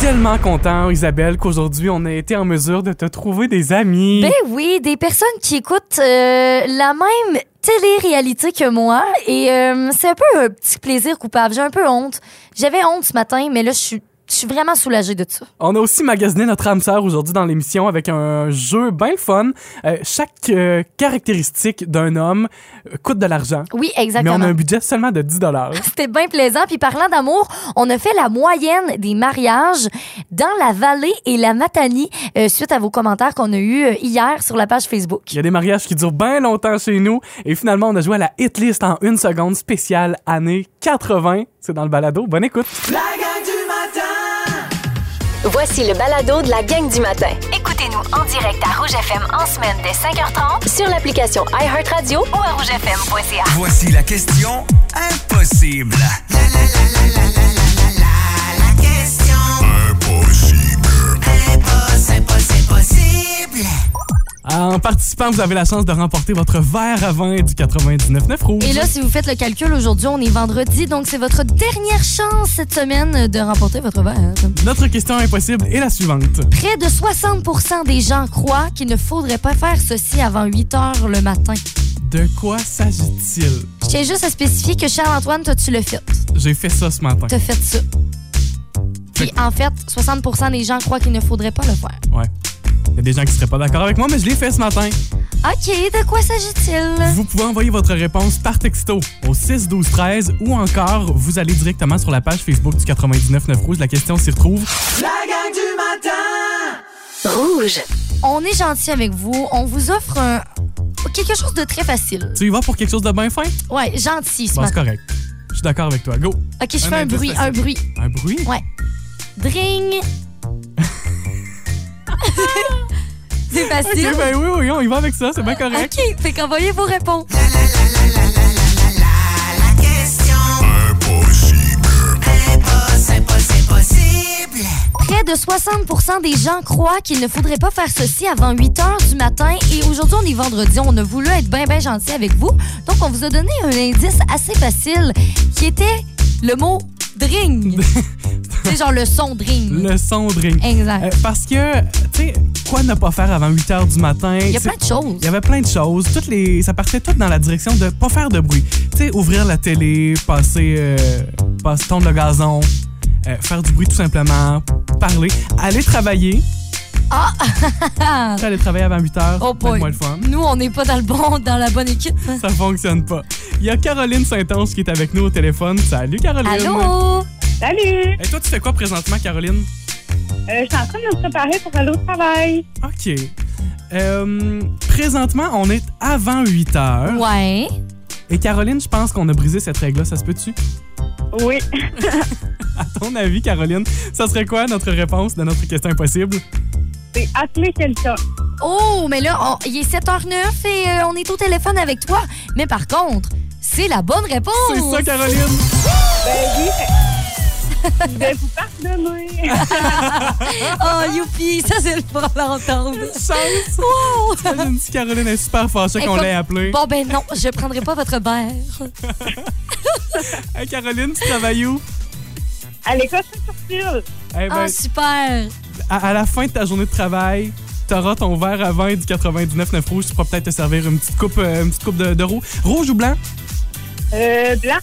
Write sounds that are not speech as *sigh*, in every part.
tellement content, Isabelle, qu'aujourd'hui, on a été en mesure de te trouver des amis. Ben oui, des personnes qui écoutent euh, la même télé-réalité que moi. Et euh, c'est un peu un petit plaisir coupable. J'ai un peu honte. J'avais honte ce matin, mais là, je suis je suis vraiment soulagée de ça. On a aussi magasiné notre âme sœur aujourd'hui dans l'émission avec un jeu bien fun. Euh, chaque euh, caractéristique d'un homme euh, coûte de l'argent. Oui, Mais exactement. on a un budget seulement de 10 dollars. *laughs* C'était bien plaisant. Puis parlant d'amour, on a fait la moyenne des mariages dans la vallée et la Matanie euh, suite à vos commentaires qu'on a eus euh, hier sur la page Facebook. Il y a des mariages qui durent bien longtemps chez nous. Et finalement, on a joué à la hit list en une seconde spéciale année 80. C'est dans le balado. Bonne écoute. La gang du matin Voici le balado de la gang du matin. Écoutez-nous en direct à Rouge FM en semaine dès 5h30 sur l'application iHeartRadio ou à rougefm.ca. Voici la question impossible. La question Impossible. impossible, impossible, possible En participant, vous avez la chance de remporter votre verre à vin du 99.9 Rouge. Et là, si vous faites le calcul, aujourd'hui, on est vendredi, donc c'est votre dernière chance cette semaine de remporter votre verre. Notre question impossible est la suivante. Près de 60 des gens croient qu'il ne faudrait pas faire ceci avant 8 heures le matin. De quoi s'agit-il? Je tiens juste à spécifier que Charles-Antoine, toi, tu le fait. J'ai fait ça ce matin. T'as fait ça. Puis en fait, 60 des gens croient qu'il ne faudrait pas le faire. Ouais. Il y a des gens qui seraient pas d'accord avec moi, mais je l'ai fait ce matin. OK, de quoi s'agit-il? Vous pouvez envoyer votre réponse par texto au 6 12 13 ou encore vous allez directement sur la page Facebook du 99.9 Rouge. La question s'y retrouve. La gang du matin Rouge. On est gentil avec vous. On vous offre un... quelque chose de très facile. Tu y vas pour quelque chose de bien fin? Ouais, gentil ce Bon, c'est matin. correct. Je suis d'accord avec toi. Go! OK, je fais un un indice bruit, facile. un bruit. Un bruit? *laughs* Dring! C'est facile. Ok, ben oui, oui, on y va avec ça, c'est Ah, bien correct. OK, fait qu'envoyez vos réponses. La question impossible, impossible, possible Près de 60 des gens croient qu'il ne faudrait pas faire ceci avant 8 heures du matin. Et aujourd'hui, on est vendredi. On a voulu être bien, bien gentil avec vous. Donc, on vous a donné un indice assez facile qui était le mot dring. *laughs* C'est genre le son dring. Le son drink. Exact. Euh, parce que, tu sais, quoi ne pas faire avant 8 h du matin? Il y a C'est- plein de choses. Il y avait plein de choses. Toutes les, ça partait tout dans la direction de pas faire de bruit. Tu sais, ouvrir la télé, passer, euh, passer tondre le gazon, euh, faire du bruit tout simplement, parler, aller travailler. Ah! Tu sais, aller travailler avant 8 heures, Oh boy. moi le fun. *laughs* Nous, on n'est pas dans le bon, dans la bonne équipe. Ça fonctionne pas. Il y a Caroline Saint-Ange qui est avec nous au téléphone. Salut Caroline. Allô? Salut! Et toi, tu fais quoi présentement, Caroline? Euh, je suis en train de me préparer pour aller au travail. OK. Euh, présentement, on est avant 8 heures. Ouais. Et Caroline, je pense qu'on a brisé cette règle-là. Ça se peut-tu? Oui. À ton avis, Caroline, ça serait quoi notre réponse de notre question impossible? C'est appeler quelqu'un. Oh, mais là, on- il est 7h09 et euh, on est au téléphone avec toi. Mais par contre, c'est la bonne réponse. C'est ça, Caroline! Ben oui. Je vais vous pardonner. Oh, youpi, ça c'est le fun à entendre. Chance! Wow! Imagine si Caroline est super fâchée Hey, qu'on comme- l'ait appelée. Bon, ben non, je prendrai pas votre verre. Eh Hey, Caroline, tu travailles où? À l'école Saint-Ursule. Eh ben, Ah, super! à, à la fin de ta journée de travail, t'auras ton verre à vin du 99 rouge. Tu pourras peut-être te servir une petite coupe, euh, une petite coupe de, de roux. Rouge ou blanc? Euh, blanc.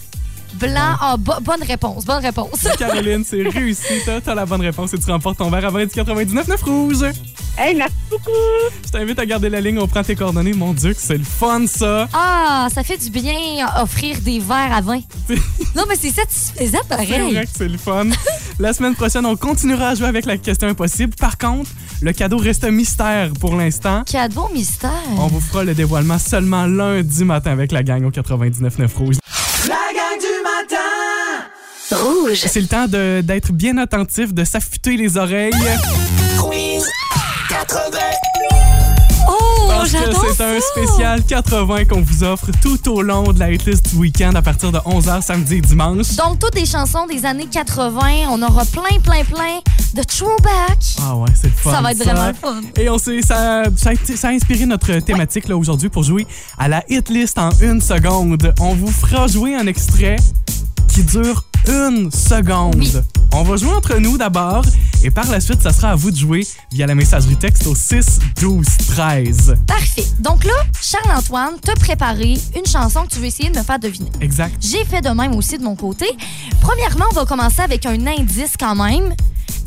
Blanc, ah, bo- bonne réponse, bonne réponse. Caroline, c'est réussi. T'as t'as la bonne réponse et tu remportes ton verre à vin du 99 rouge. Hey, merci beaucoup. Je t'invite à garder la ligne. On prend tes coordonnées. Mon Dieu, que c'est le fun, ça! Ah, ça fait du bien euh, offrir des verres *laughs* à vin. Non, mais c'est satisfaisant C'est vrai pareil. que c'est le fun. *laughs* La semaine prochaine, on continuera à jouer avec la question impossible. Par contre, le cadeau reste un mystère pour l'instant. Cadeau mystère. On vous fera le dévoilement seulement lundi matin avec la gang au 99.9 Rouge. La gang du matin Rouge. C'est le temps de- d'être bien attentif, de s'affûter les oreilles. Oh, Parce que j'adore c'est ça. un spécial 80 qu'on vous offre tout au long de la hitlist du week-end à partir de 11h samedi et dimanche. Donc, toutes des chansons des années 80. On aura plein, plein, plein de throwback. Ah ouais, c'est le fun. Ça va être vraiment le fun. Et on sait, ça, ça, a été- ça a inspiré notre thématique là aujourd'hui pour jouer à la hit list en une seconde. On vous fera jouer un extrait qui dure une seconde. Oui. On va jouer entre nous d'abord et par la suite, ça sera à vous de jouer via la messagerie texte au 6 12 13. Parfait. Donc là, Charles-Antoine t'a préparé une chanson que tu veux essayer de me faire deviner. Exact. J'ai fait de même aussi de mon côté. Premièrement, on va commencer avec un indice quand même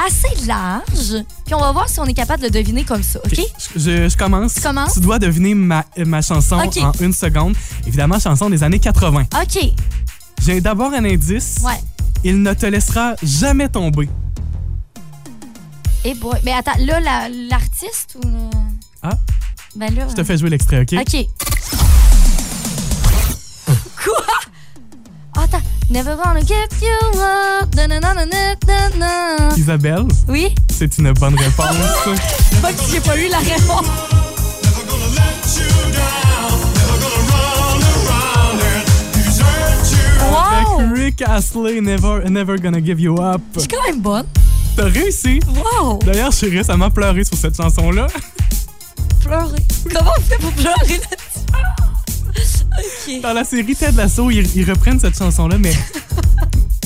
assez large, puis on va voir si on est capable de le deviner comme ça, OK? Je, je commence. Tu commences? Tu dois deviner ma, ma chanson Ok. en une seconde. Évidemment, chanson des années 80. OK. J'ai d'abord un indice. Ouais. Il ne te laissera jamais tomber. Et Eh boy. Mais attends, là, la- l'artiste ou. le- Ah. Ben là. Je te fais jouer l'extrait, OK? OK. *laughs* Quoi? Ah, Attends. Never gonna give you up. Na, na, na, na, na, na, na. Isabelle, Oui? c'est une bonne *laughs* réponse. Fuck, j'ai pas eu la réponse. Wow! Avec Rick Astley, Never, Never Gonna Give You Up. Je suis quand même bonne. T'as réussi! Wow! D'ailleurs, j'ai récemment pleuré sur cette chanson-là. Pleurer. Comment on fait pour pleurer là-dessus? OK. Dans la série Ted Lasso, ils, ils reprennent cette chanson-là, *laughs* mais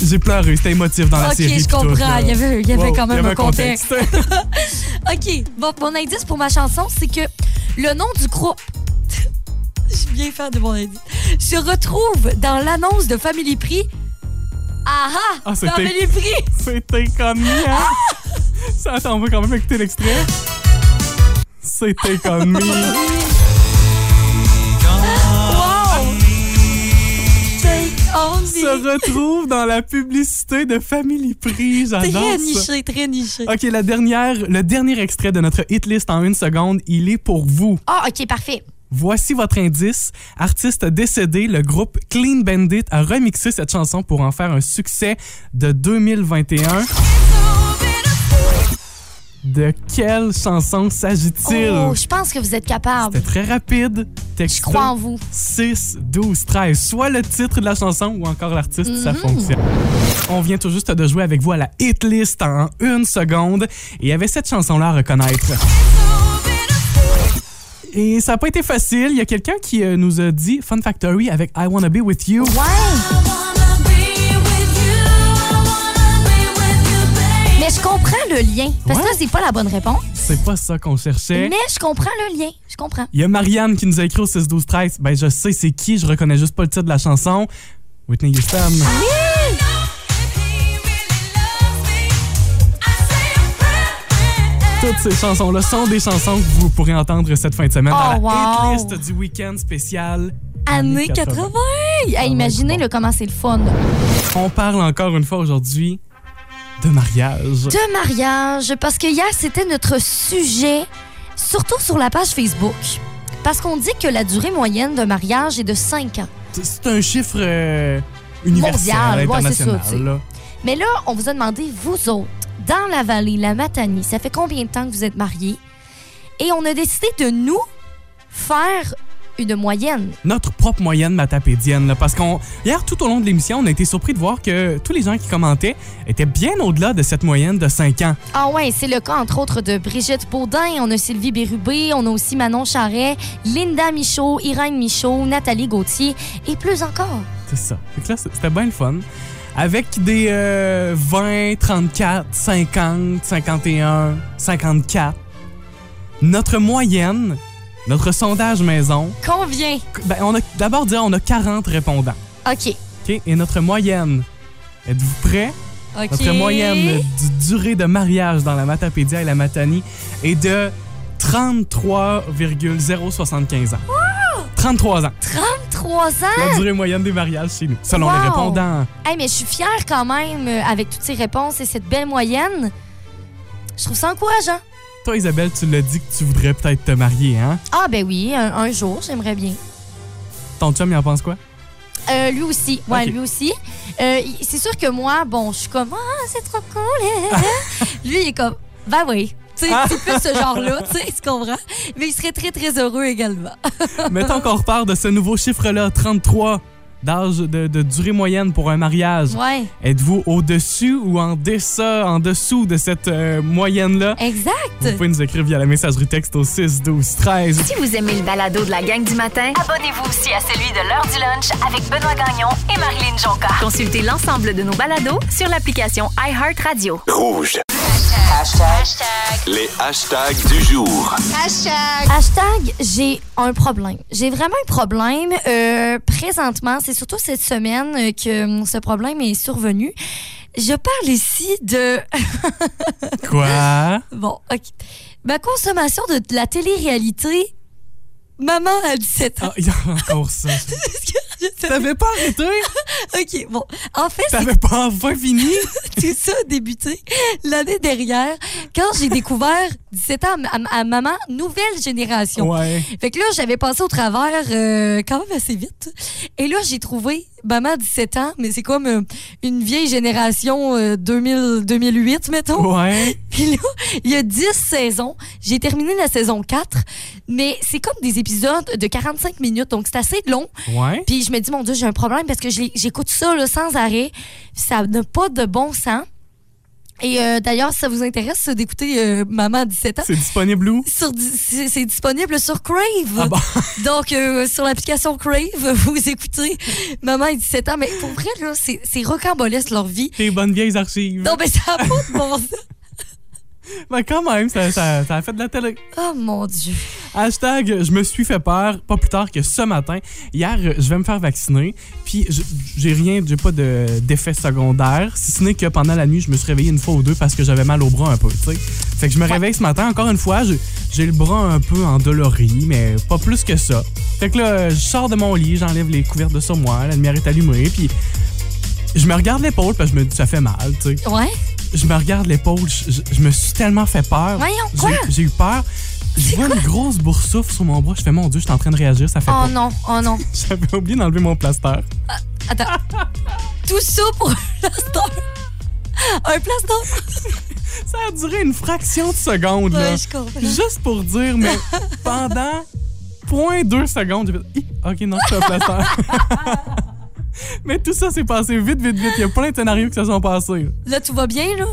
j'ai pleuré. C'était émotif dans la Ok, série. je puis tout, comprends. là. Il y avait- il y avait Wow, quand même il y un contexte. contexte. *laughs* OK. Bon, mon indice pour ma chanson, c'est que le nom du groupe. *laughs* Je suis bien fan de mon indice. Se retrouve dans l'annonce de Family Prix. Ah ah! Ah, c'était- Family Prix! C'était comme Ah! hein? Ça, attends, on va quand même écouter l'extrait. C'était comme me. *laughs* Wow! Take on me. Se retrouve dans la publicité de Family Prix. Très J'adore ça. niché, très niché. OK, la dernière, le dernier extrait de notre hit list en une seconde, il est pour vous. Ah, OK, parfait. Voici votre indice. Artiste décédé, le groupe Clean Bandit a remixé cette chanson pour en faire un succès de 2021. De quelle chanson s'agit-il? Oh, je pense que vous êtes capable. C'était très rapide. Je Texto crois en vous. 6, 12, 13. Soit le titre de la chanson ou encore l'artiste, ça fonctionne. On vient tout juste de jouer avec vous à la hit list en une seconde. Et il y avait cette chanson-là à reconnaître. Et ça n'a pas été facile. Il y a quelqu'un qui euh, nous a dit Fun Factory avec I Wanna Be With You. Ouais! Mais je comprends le lien. Parce que Ouais. là, c'est pas la bonne réponse. C'est pas ça qu'on cherchait. Mais je comprends le lien. Je comprends. Il y a Marianne qui nous a écrit au 6, 12, 13. Ben, je sais c'est qui, je reconnais juste pas le titre de la chanson. Whitney Houston. Toutes ces chansons-là sont des chansons que vous pourrez entendre cette fin de semaine Oh, dans la wow. hit list du week-end spécial. Année 80! Hey, imaginez le comment Ah, c'est le fun. On parle encore une fois aujourd'hui de mariage. De mariage, parce que hier, c'était notre sujet, surtout sur la page Facebook. Parce qu'on dit que la durée moyenne d'un mariage est de 5 ans. C'est un chiffre euh, universel, Mondial, ouais, c'est ça, international. tu sais. là. Mais là, on vous a demandé, vous autres, dans la vallée, la Matanie, ça fait combien de temps que vous êtes mariés? Et on a décidé de nous faire une moyenne. Notre propre moyenne matapédienne, là, parce qu'on hier tout au long de l'émission, on a été surpris de voir que tous les gens qui commentaient étaient bien au-delà de cette moyenne de 5 ans. Ah ouais, c'est le cas entre autres de Brigitte Baudin, on a Sylvie Bérubé, on a aussi Manon Charret, Linda Michaud, Irène Michaud, Nathalie Gauthier et plus encore. C'est ça. Fait que là, c- c'était bien le fun. Avec des euh, 20, 34, 50, 51, 54. Notre moyenne, notre sondage maison, Combien? c- ben, on a d'abord dit on a 40 répondants. OK. OK? Et notre moyenne, êtes-vous prêts? OK. Notre moyenne du durée de mariage dans la Matapédia et la Matanie est de 33,075 ans. 33 ans. 33 ans? La durée moyenne des mariages chez nous, selon les Wow! répondants. Hey, mais je suis fière quand même euh, avec toutes ces réponses et cette belle moyenne. Je trouve ça encourageant. Toi, Isabelle, tu l'as dit que tu voudrais peut-être te marier, hein? Ah ben oui, un, un jour, j'aimerais bien. Ton chum, il en pense quoi? *laughs* Euh, lui aussi, ouais, Ok. lui aussi. Euh, il- c'est sûr que moi, bon, je suis comme ah c'est trop cool. hein, hein. lui il est comme bah oui. Tu sais, C'est plus ce genre-là, tu sais, tu comprends? Mais il serait très, très heureux également. Mettons qu'on repart de ce nouveau chiffre-là, 33. d'âge de, de durée moyenne pour un mariage. Ouais, Êtes-vous au-dessus ou en deçà, en dessous de cette euh, moyenne-là? Vous exact. pouvez nous écrire via la messagerie texte au 6 12 *laughs* 13. Si vous aimez le balado de la gang du matin, abonnez-vous aussi à celui de l'heure du lunch avec Benoît Gagnon et Marilyn Jonca. Consultez l'ensemble de nos balados sur l'application iHeartRadio. Rouge. Les hashtags du jour. Hashtag, j'ai un problème. J'ai vraiment un problème. Euh, présentement, c'est surtout cette semaine euh, que hum, ce problème est survenu. Je parle ici de... Quoi? Ah, Bon, OK. Ma consommation de la télé-réalité, maman à 17 ans. Ah, il y a encore ça. T'avais Ah, pas Ben. arrêté? *laughs* OK, bon. En fait, c'est T'avais pas enfin fini? tout ça a débuté l'année dernière quand j'ai découvert 17 ans à, à- à maman, nouvelle génération. Ouais. Fait que là, j'avais passé au travers euh, quand même assez vite. Et là, j'ai trouvé maman 17 ans, mais c'est comme euh, une vieille génération euh, 2000, 2008, mettons. Ouais. Puis là, il y a 10 saisons. J'ai terminé la saison 4, mais c'est comme des épisodes de 45 minutes, donc c'est assez long. Ouais. Puis je me dis, mon Dieu, j'ai un problème parce que je l'ai- j'écoute ça là, sans arrêt. Ça n'a pas de bon sens. Et euh, d'ailleurs, si ça vous intéresse ça, d'écouter euh, Maman à 17 ans, C'est disponible où? sur di- c'est c'est disponible sur Crave. Ah bon? *laughs* Donc, euh, sur l'application Crave, *laughs* vous écoutez Maman à 17 ans. Mais pour vrai, là, c'est c'est rocambolesque leur vie. Tes bonnes vieilles archives. Non, mais ça n'a pas de bon *laughs* sens. Mais quand même, ça, ça, ça a fait de la télé. Oh mon Dieu. Hashtag, je me suis fait peur, pas plus tard que ce matin. Hier, euh, je vais me faire vacciner, puis je- j'ai rien, j'ai pas de- d'effet secondaire, si ce n'est que pendant la nuit, je me suis réveillé une fois ou deux parce que j'avais mal au bras un peu, tu sais. Fait que je me réveille ce matin, encore une fois, j'ai- j'ai le bras un peu endolori, mais pas plus que ça. Fait que là, je sors de mon lit, j'enlève les couvertes de sur moi, la lumière est allumée, puis je me regarde l'épaule, parce que je me dis, ça fait mal, tu sais Ouais. je me regarde l'épaule, je, je- je me suis tellement fait peur. Voyons, J'ai- quoi? J'ai eu peur. Je vois une grosse boursoufle sur mon bras. Je fais, mon Dieu, je suis en train de réagir, ça fait Oh pas. non, oh non. *laughs* J'avais oublié d'enlever mon plaster. Attends. Tout ça pour un plaster. Un plaster. Ça a duré une fraction de seconde, là. Ouais, euh, je comprends. Juste pour dire, *laughs* mais pendant 0.2 secondes, j'ai fait, Hi, OK, non, c'est un plaster. *laughs* mais tout ça s'est passé vite, vite, vite. Il y a plein de scénarios qui se sont passés. Là, tout va bien, là?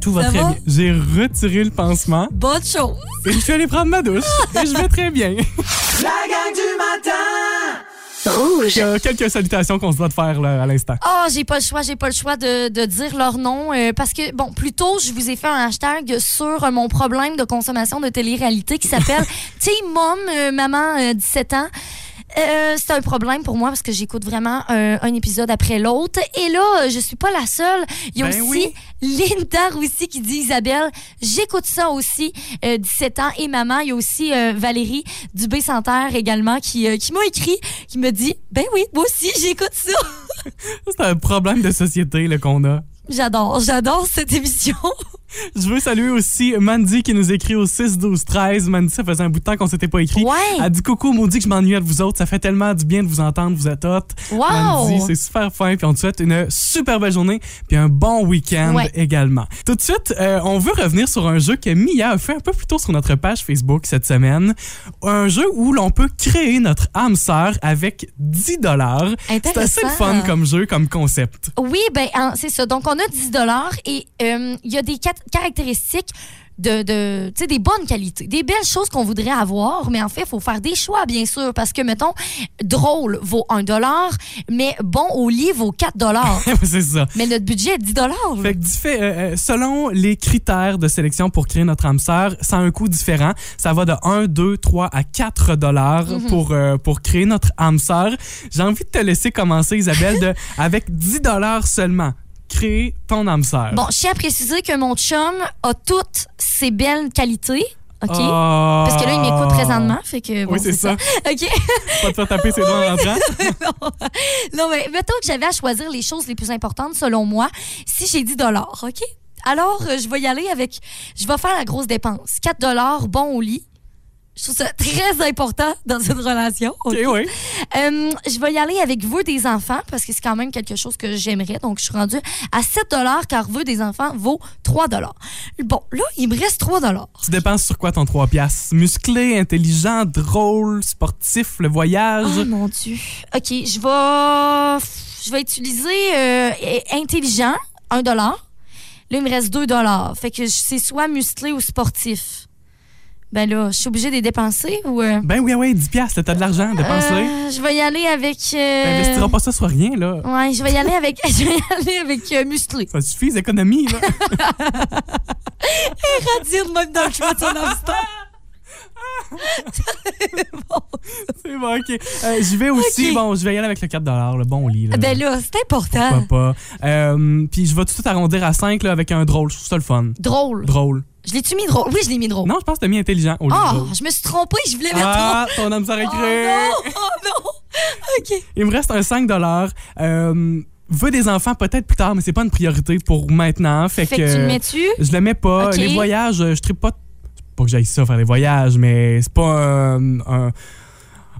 Tout va Ça très va? bien. J'ai retiré le pansement Bonne chose. et je suis allé prendre ma douche et je vais très bien. La gang du matin! Il y a quelques salutations qu'on se doit de faire là, à l'instant. Oh, j'ai pas le choix, j'ai pas le choix de, de dire leur nom. euh, parce que, bon, plus tôt, je vous ai fait un hashtag sur euh, mon problème de consommation de télé-réalité *laughs* qui s'appelle Team Mom, euh, maman euh, 17 ans. Euh, c'est un problème pour moi parce que j'écoute vraiment euh, un épisode après l'autre. Et là, euh, je suis pas la seule. Il y a Ben aussi oui. Linda Roussi qui dit Isabelle, j'écoute ça aussi, euh, 17 ans et maman. Il y a aussi euh, Valérie Dubé-Santerre également qui, euh, qui m'a écrit, qui me dit Ben oui, moi aussi, j'écoute ça. C'est un problème de société là, qu'on a. J'adore, j'adore *laughs* cette émission. Je veux saluer aussi Mandy qui nous écrit au 6-12-13. Mandy, ça faisait un bout de temps qu'on s'était pas écrit. Ouais. Elle dit coucou, maudit que je m'ennuie de vous autres. Ça fait tellement du bien de vous entendre, vous êtes hot. Wow! Mandy, c'est super fin. Puis on te souhaite une super belle journée. Puis un bon week-end Ouais. également. Tout de suite, euh, on veut revenir sur un jeu que Mia a fait un peu plus tôt sur notre page Facebook cette semaine. Un jeu où l'on peut créer notre âme sœur avec 10 dollars. C'est assez le Intéressant. fun comme jeu, comme concept. *laughs* Oui, ben hein, c'est ça. Donc on a 10 dollars et euh, il y a des cat- caractéristiques de, de tu sais des bonnes qualités, des belles choses qu'on voudrait avoir, mais en fait, il faut faire des choix bien sûr parce que mettons drôle vaut 1 dollar, mais bon au lit vaut 4 dollars. *laughs* C'est ça. mais notre budget est 10 dollars. Fait que diffé- euh, euh, selon les critères de sélection pour créer notre âme sœur, ça a un coût différent. Ça va de 1, 2, 3 à 4 dollars Mhm. pour, euh, pour créer notre âme sœur. J'ai envie de te laisser commencer, Isabelle, *laughs* de, avec 10 dollars seulement. Créer ton âme sœur. Bon, je tiens à préciser que mon chum a toutes ses belles qualités, OK Ah. Parce que là, il m'écoute présentement, fait que bon, oui, c'est ça. *laughs* OK. Pas de faire taper hein? ses doigts en *laughs* rentrant. Non, mais mettons que j'avais à choisir les choses les plus importantes selon moi, si j'ai 10 dollars, OK? Alors, euh, je vais y aller avec. Je vais faire la grosse dépense. 4 dollars, bon au lit. Je trouve ça très important dans une relation. OK? Eh oui. Euh, je vais y aller avec vous des enfants parce que c'est quand même quelque chose que j'aimerais. Donc, je suis rendue à 7 car vous des enfants vaut 3 Bon, là, il me reste 3 Tu dépenses sur quoi ton 3 piastres? Musclé, intelligent, drôle, sportif, le voyage. Oh mon Dieu. OK, je vais, je vais utiliser euh, é- intelligent, 1 Là, il me reste 2 Fait que je- c'est soit musclé ou sportif. Ben là, je suis obligée de les dépenser ou. euh, Ben oui, ah oui, 10 piastres, là, t'as de l'argent, dépense-le. euh, je vais y aller avec. euh, T'investiras pas ça sur rien, là. Ouais, je vais y aller avec, *laughs* je vais y aller avec euh, musclé. Ça suffit, les économies, *laughs* là. dire de même dans le choix de son instant. c'est bon, OK. Euh, je vais aussi, OK. bon, je vais y aller avec le 4 le bon lit, là. Ben là, c'est important. Pourquoi pas. Euh, Puis je vais tout de suite arrondir à 5, là, avec un drôle. Je trouve ça le fun. Drôle. Drôle. Je l'ai-tu mis drôle? Oui, je l'ai mis drôle. Non, je pense que t'as mis intelligent au lieu de Ah, drôle. je me suis trompée, je voulais mettre Ah, ton homme s'est drôle. récréé. Oh non, oh non. *laughs* OK. Il me reste un 5 euh, Veux des enfants peut-être plus tard, mais c'est pas une priorité pour maintenant. Fait, Fait que tu le mets-tu? Je le mets pas. Ok. Les voyages, euh, je tripe pas. c'est Pas que j'aille ça faire des voyages, mais c'est pas un. un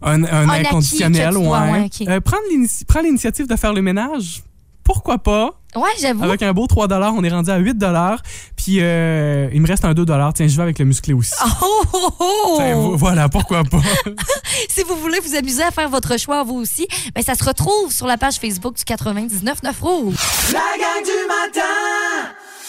un- un acquis inconditionnel, que tu ouais. dois, ouais, ok. Euh, prendre l'initie- prends l'initiative de faire le ménage. Pourquoi pas? Ouais, j'avoue. Avec un beau 3 on est rendu à 8 Puis euh, il me reste un 2 Tiens, je vais avec le musclé aussi. *laughs* Oh, oh, oh. Tiens, vo- voilà, pourquoi *laughs* pas? Si vous voulez vous amuser à faire votre choix, vous aussi, ben ça se retrouve sur la page Facebook du 99.9 Rouge. La gang du matin!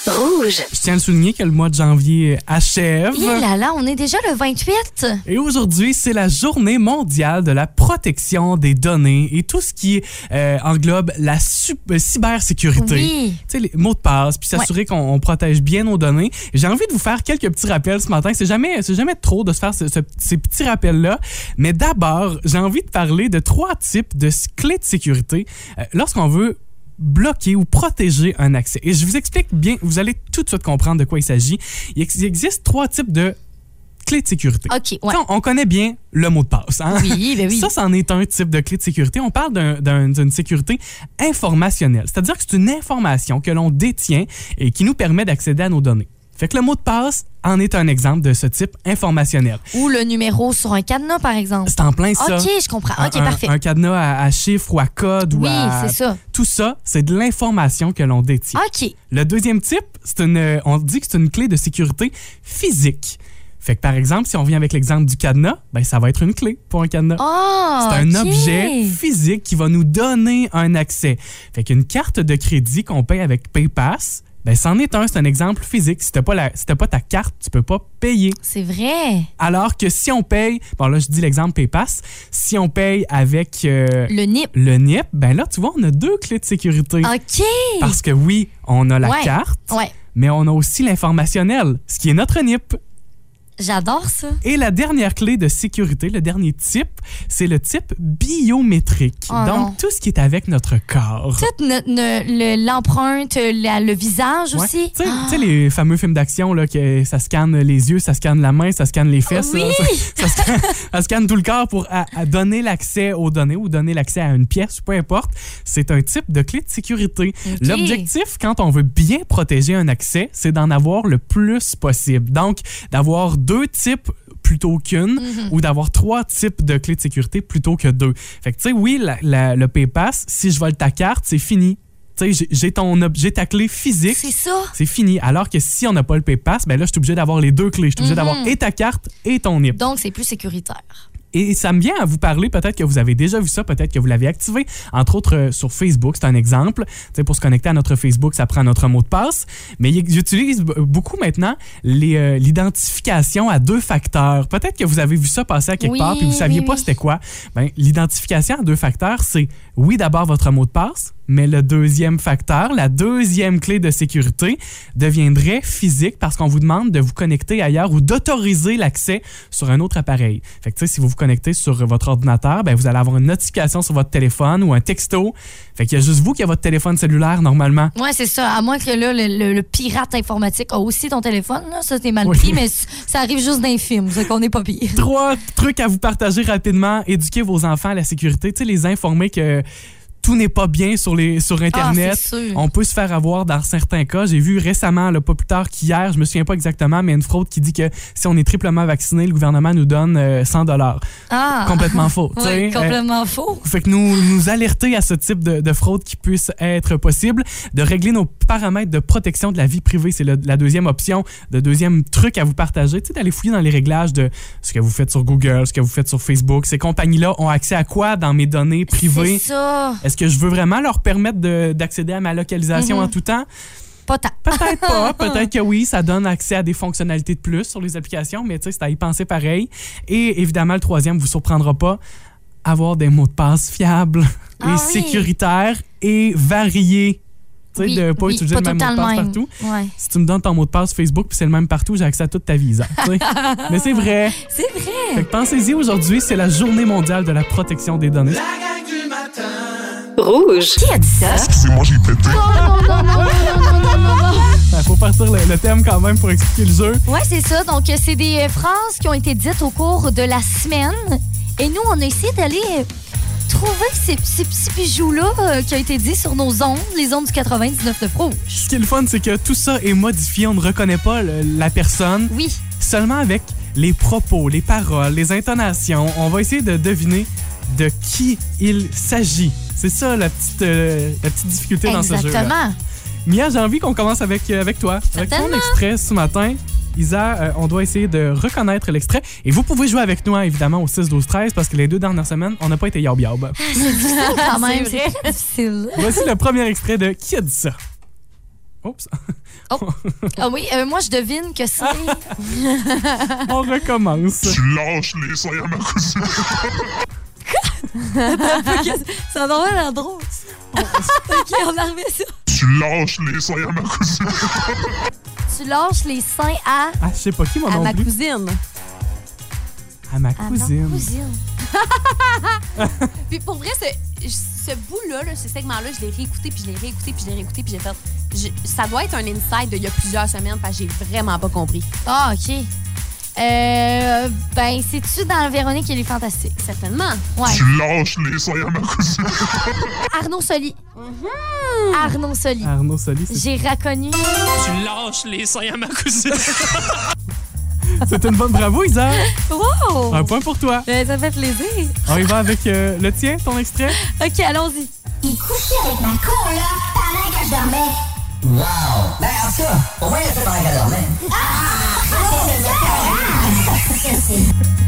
je tiens à le souligner que le mois de janvier euh, achève. Et là là, on est déjà le 28. Et aujourd'hui, c'est la journée mondiale de la protection des données et tout ce qui euh, englobe la su- euh, cybersécurité. Oui. Tu sais, les mots de passe, puis s'assurer qu'on on protège bien nos données. J'ai envie de vous faire quelques petits rappels ce matin. C'est jamais, c'est jamais trop de se faire ce- ce- ces petits rappels-là. Mais d'abord, j'ai envie de parler de trois types de s- clés de sécurité euh, lorsqu'on veut bloquer ou protéger un accès. Et je vous explique bien, vous allez tout de suite comprendre de quoi il s'agit. Il ex- il existe trois types de clés de sécurité. OK, ouais. Tu sais, On, on connaît bien le mot de passe. Hein? *laughs* Oui, ben oui. Ça, c'en est un type de clé de sécurité. On parle d'un- d'un- d'une sécurité informationnelle, c'est-à-dire que c'est une information que l'on détient et qui nous permet d'accéder à nos données. Fait que le mot de passe en est un exemple de ce type informationnel. Ou le numéro sur un cadenas, par exemple. C'est en plein ça. OK, je comprends. OK, Un- un- parfait. Un cadenas à, à chiffres ou à code ou Oui, à... c'est ça. Ah. Tout ça, c'est de l'information que l'on détient. OK. Le deuxième type, c'est une, on dit que c'est une clé de sécurité physique. Fait que par exemple, si on vient avec l'exemple du cadenas, ben ça va être une clé pour un cadenas. Ah, C'est un ok. objet physique qui va nous donner un accès. Fait qu'une carte de crédit qu'on paye avec PayPass, ben c'en est un, c'est un exemple physique. Si t'as pas, la- si t'as pas ta carte, tu peux pas payer. C'est vrai. Alors que si on paye, bon là je dis l'exemple PayPass, si on paye avec euh, Le nip. le NIP, ben là tu vois, on a deux clés de sécurité. OK. Parce que oui, on a la Ah Ouais. carte, Ouais. mais on a aussi l'informationnel, ce qui est notre NIP. J'adore ça. Et la dernière clé de sécurité, le dernier type, c'est le type biométrique. Oh Donc, non. tout ce qui est avec notre corps. Toute notre- ne- le- l'empreinte, la- le visage Ouais. aussi. Ah. Tu sais- tu sais, les fameux films d'action, là, que ça scanne les yeux, ça scanne la main, ça scanne les fesses. Oui! là, ça, ça *laughs* scanne, ça scanne tout le corps pour à- à donner l'accès aux données ou donner l'accès à une pièce, peu importe. C'est un type de clé de sécurité. Ok. L'objectif, quand on veut bien protéger un accès, c'est d'en avoir le plus possible. Donc, d'avoir deux types plutôt qu'une Mhm. ou d'avoir trois types de clés de sécurité plutôt que deux. Fait que, tu sais, oui, la- la- le PayPass, si je vole ta carte, c'est fini. Tu sais, j'ai- j'ai ton ob- j'ai ta clé physique. C'est ça. C'est fini. Alors que si on n'a pas le PayPass, ben là, je suis obligé d'avoir les deux clés. Je suis obligé Mhm. d'avoir et ta carte et ton NIP. Donc, c'est plus sécuritaire. Et ça me vient à vous parler, peut-être que vous avez déjà vu ça, peut-être que vous l'avez activé, entre autres euh, sur Facebook, c'est un exemple. Tu sais, pour se connecter à notre Facebook, ça prend notre mot de passe. Mais y- j'utilise b- beaucoup maintenant les, euh, l'identification à deux facteurs. Peut-être que vous avez vu ça passer à quelque Oui, part puis vous saviez oui, pas oui. c'était quoi. Ben, l'identification à deux facteurs, c'est oui, d'abord votre mot de passe, mais le deuxième facteur, la deuxième clé de sécurité deviendrait physique parce qu'on vous demande de vous connecter ailleurs ou d'autoriser l'accès sur un autre appareil. Fait que, tu sais, si vous vous connectez sur votre ordinateur, ben, vous allez avoir une notification sur votre téléphone ou un texto. Fait qu'il y a juste vous qui avez votre téléphone cellulaire normalement. Ouais, c'est ça. À moins que là, le, le- le pirate informatique a aussi ton téléphone. Là. Ça, c'est mal Oui. pris, mais c- ça arrive juste d'un film. C'est qu'on n'est pas pire. Trois trucs à vous partager rapidement. Éduquer vos enfants à la sécurité. Tu sais, les informer que tout n'est pas bien sur, les, sur Internet. Ah, c'est sûr. On peut se faire avoir dans certains cas. J'ai vu récemment, là, pas plus tard qu'hier, je me souviens pas exactement, mais une fraude qui dit que si on est triplement vacciné, le gouvernement nous donne euh, 100 dollars. Ah, *laughs* Complètement faux. tu sais. oui, Euh, complètement faux. fait que nous nous alerter à ce type de, de fraude qui puisse être possible, de régler nos paramètres de protection de la vie privée, c'est le- la deuxième option, le deuxième truc à vous partager, tu sais, d'aller fouiller dans les réglages de ce que vous faites sur Google, ce que vous faites sur Facebook, ces compagnies-là ont accès à quoi dans mes données privées? C'est ça. Est-ce que je veux vraiment leur permettre de- d'accéder à ma localisation Mm-hmm. en tout temps? Pas tant. Peut-être *laughs* pas. Peut-être que oui, ça donne accès à des fonctionnalités de plus sur les applications, mais tu sais, c'est à y penser pareil. Et évidemment, le troisième vous surprendra pas, avoir des mots de passe fiables Ah et oui. sécuritaires et variés. Tu sais, Oui, de pas oui, utiliser le tout même mot de le passe même. partout. Ouais. Si tu me donnes ton mot de passe Facebook puis c'est le même partout, j'ai accès à toute ta visa. tu *laughs* sais. mais c'est vrai. C'est vrai. Fait que pensez-y aujourd'hui, c'est la journée mondiale de la protection des données. La gang du matin. Qui a dit ça? C'est moi, j'ai pété. Il Ben, faut partir le, le thème quand même pour expliquer le jeu. Oui, c'est ça. Donc, euh, c'est des euh, phrases qui ont été dites au cours de la semaine. Et nous, on a essayé d'aller euh, trouver ces, ces petits bijoux-là euh, qui ont été dits sur nos ondes, les ondes du 99 de Pro. Ce qui est le fun, c'est que tout ça est modifié. On ne reconnaît pas le- la personne. Oui. seulement avec les propos, les paroles, les intonations. On va essayer de deviner de qui il s'agit. C'est ça la petite, euh, la petite difficulté dans ce jeu. Exactement. Mia, j'ai envie qu'on commence avec, euh, avec toi. Avec ton Certainement. extrait ce matin. Isa, euh, on doit essayer de reconnaître l'extrait. Et vous pouvez jouer avec nous, hein, évidemment, au 6-12-13, parce que les deux dernières semaines, on n'a pas été yob yob. Quand même, C'est Ah, c'est très difficile. Voici le premier extrait de Qui a dit ça? Oups, Ah oui, euh, moi, je devine que c'est... on recommence. Tu lâches les seins à ma cousine. ça va l'air drôle. OK, on a remis ça. Tu lâches les seins à ma cousine. Tu lâches les seins à, Ah, je sais pas qui, moi À non ma plus. cousine. À ma à cousine. ma cousine. Puis pour vrai, ce, ce bout-là, là, ce segment-là, je l'ai réécouté, puis je l'ai réécouté, puis je l'ai réécouté, puis j'ai fait. je- ça doit être un insight d'il y a plusieurs semaines, parce que j'ai vraiment pas compris. Ah, OK. Euh, ben, c'est-tu dans Véronique et les Fantastiques? Certainement. Ouais. Tu lâches les seins à ma cousine. Arnaud Soli. Arnaud Soli. Arnaud Solis, Ah, c'est J'ai reconnu. Tu lâches les seins à ma cousine. C'est une bonne bravo, Isa. Wow! Un point pour toi. Ben, ça fait plaisir. On y va avec euh, le tien, ton extrait. OK, allons-y.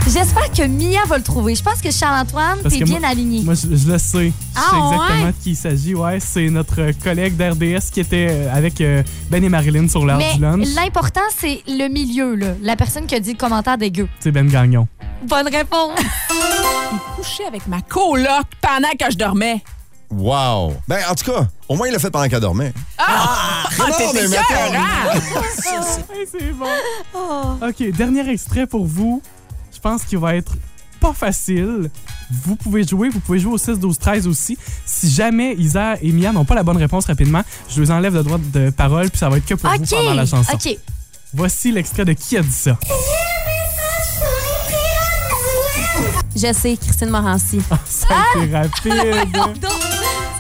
J'espère que Mia va le trouver. Je pense que Charles-Antoine, Parce t'es que bien moi- aligné. Moi, je, je le sais. Je sais Ah, exactement de qui il s'agit. Ouais, c'est notre euh, collègue d'RDS qui était euh, avec euh, Ben et Marilyn sur l'heure Mais du lunch. l'important, c'est le milieu, là. La personne qui a dit le commentaire dégueu. C'est Ben Gagnon. Bonne réponse. Coucher avec ma. Ma coloc pendant que je dormais. Wow! Ben, en tout cas, au moins, il l'a fait pendant qu'elle dormait. Ah! non, mais mettons, Ah. *laughs* Ouais, c'est bon. Oh. OK, dernier extrait pour vous. Je pense qu'il va être pas facile. Vous pouvez jouer, vous pouvez jouer au 6, 12, 13 aussi. Si jamais Isa et Mia n'ont pas la bonne réponse rapidement, je les enlève de droit de parole, puis ça va être que pour vous OK. pendant la chanson. OK. Voici l'extrait de Qui a dit ça? Je sais, Christine Morancy. *laughs* Ça a Ah! été *laughs* rapide. Ça,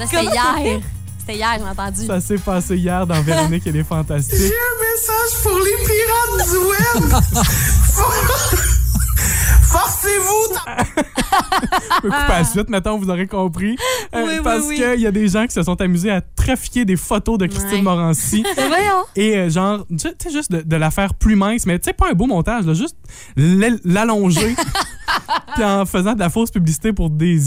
c'était hier. C'était hier, j'ai entendu. Ça s'est passé hier dans Véronique et les *laughs* Fantastiques. Un message pour les pirates du web. *laughs* Forcez-vous. Je peux couper la suite, maintenant vous aurez compris. Euh, Oui, oui, parce oui. qu'il y a des gens qui se sont amusés à trafiquer des photos de Christine Ouais. *laughs* Morancy. Ben voyons. Et euh, genre, tu sais, juste de, de la faire plus mince, mais tu sais, pas un beau montage, là, juste l'al- *laughs* l'allonger. Puis en faisant de la fausse publicité pour des,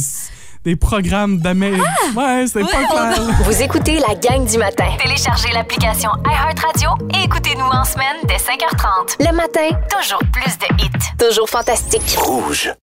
des programmes d'Amérique. Ah! Ouais, c'est pas clair. là. Vous écoutez la gang du matin. Téléchargez l'application iHeartRadio et écoutez-nous en semaine dès 5h30. Le matin, toujours plus de hits. Toujours fantastique.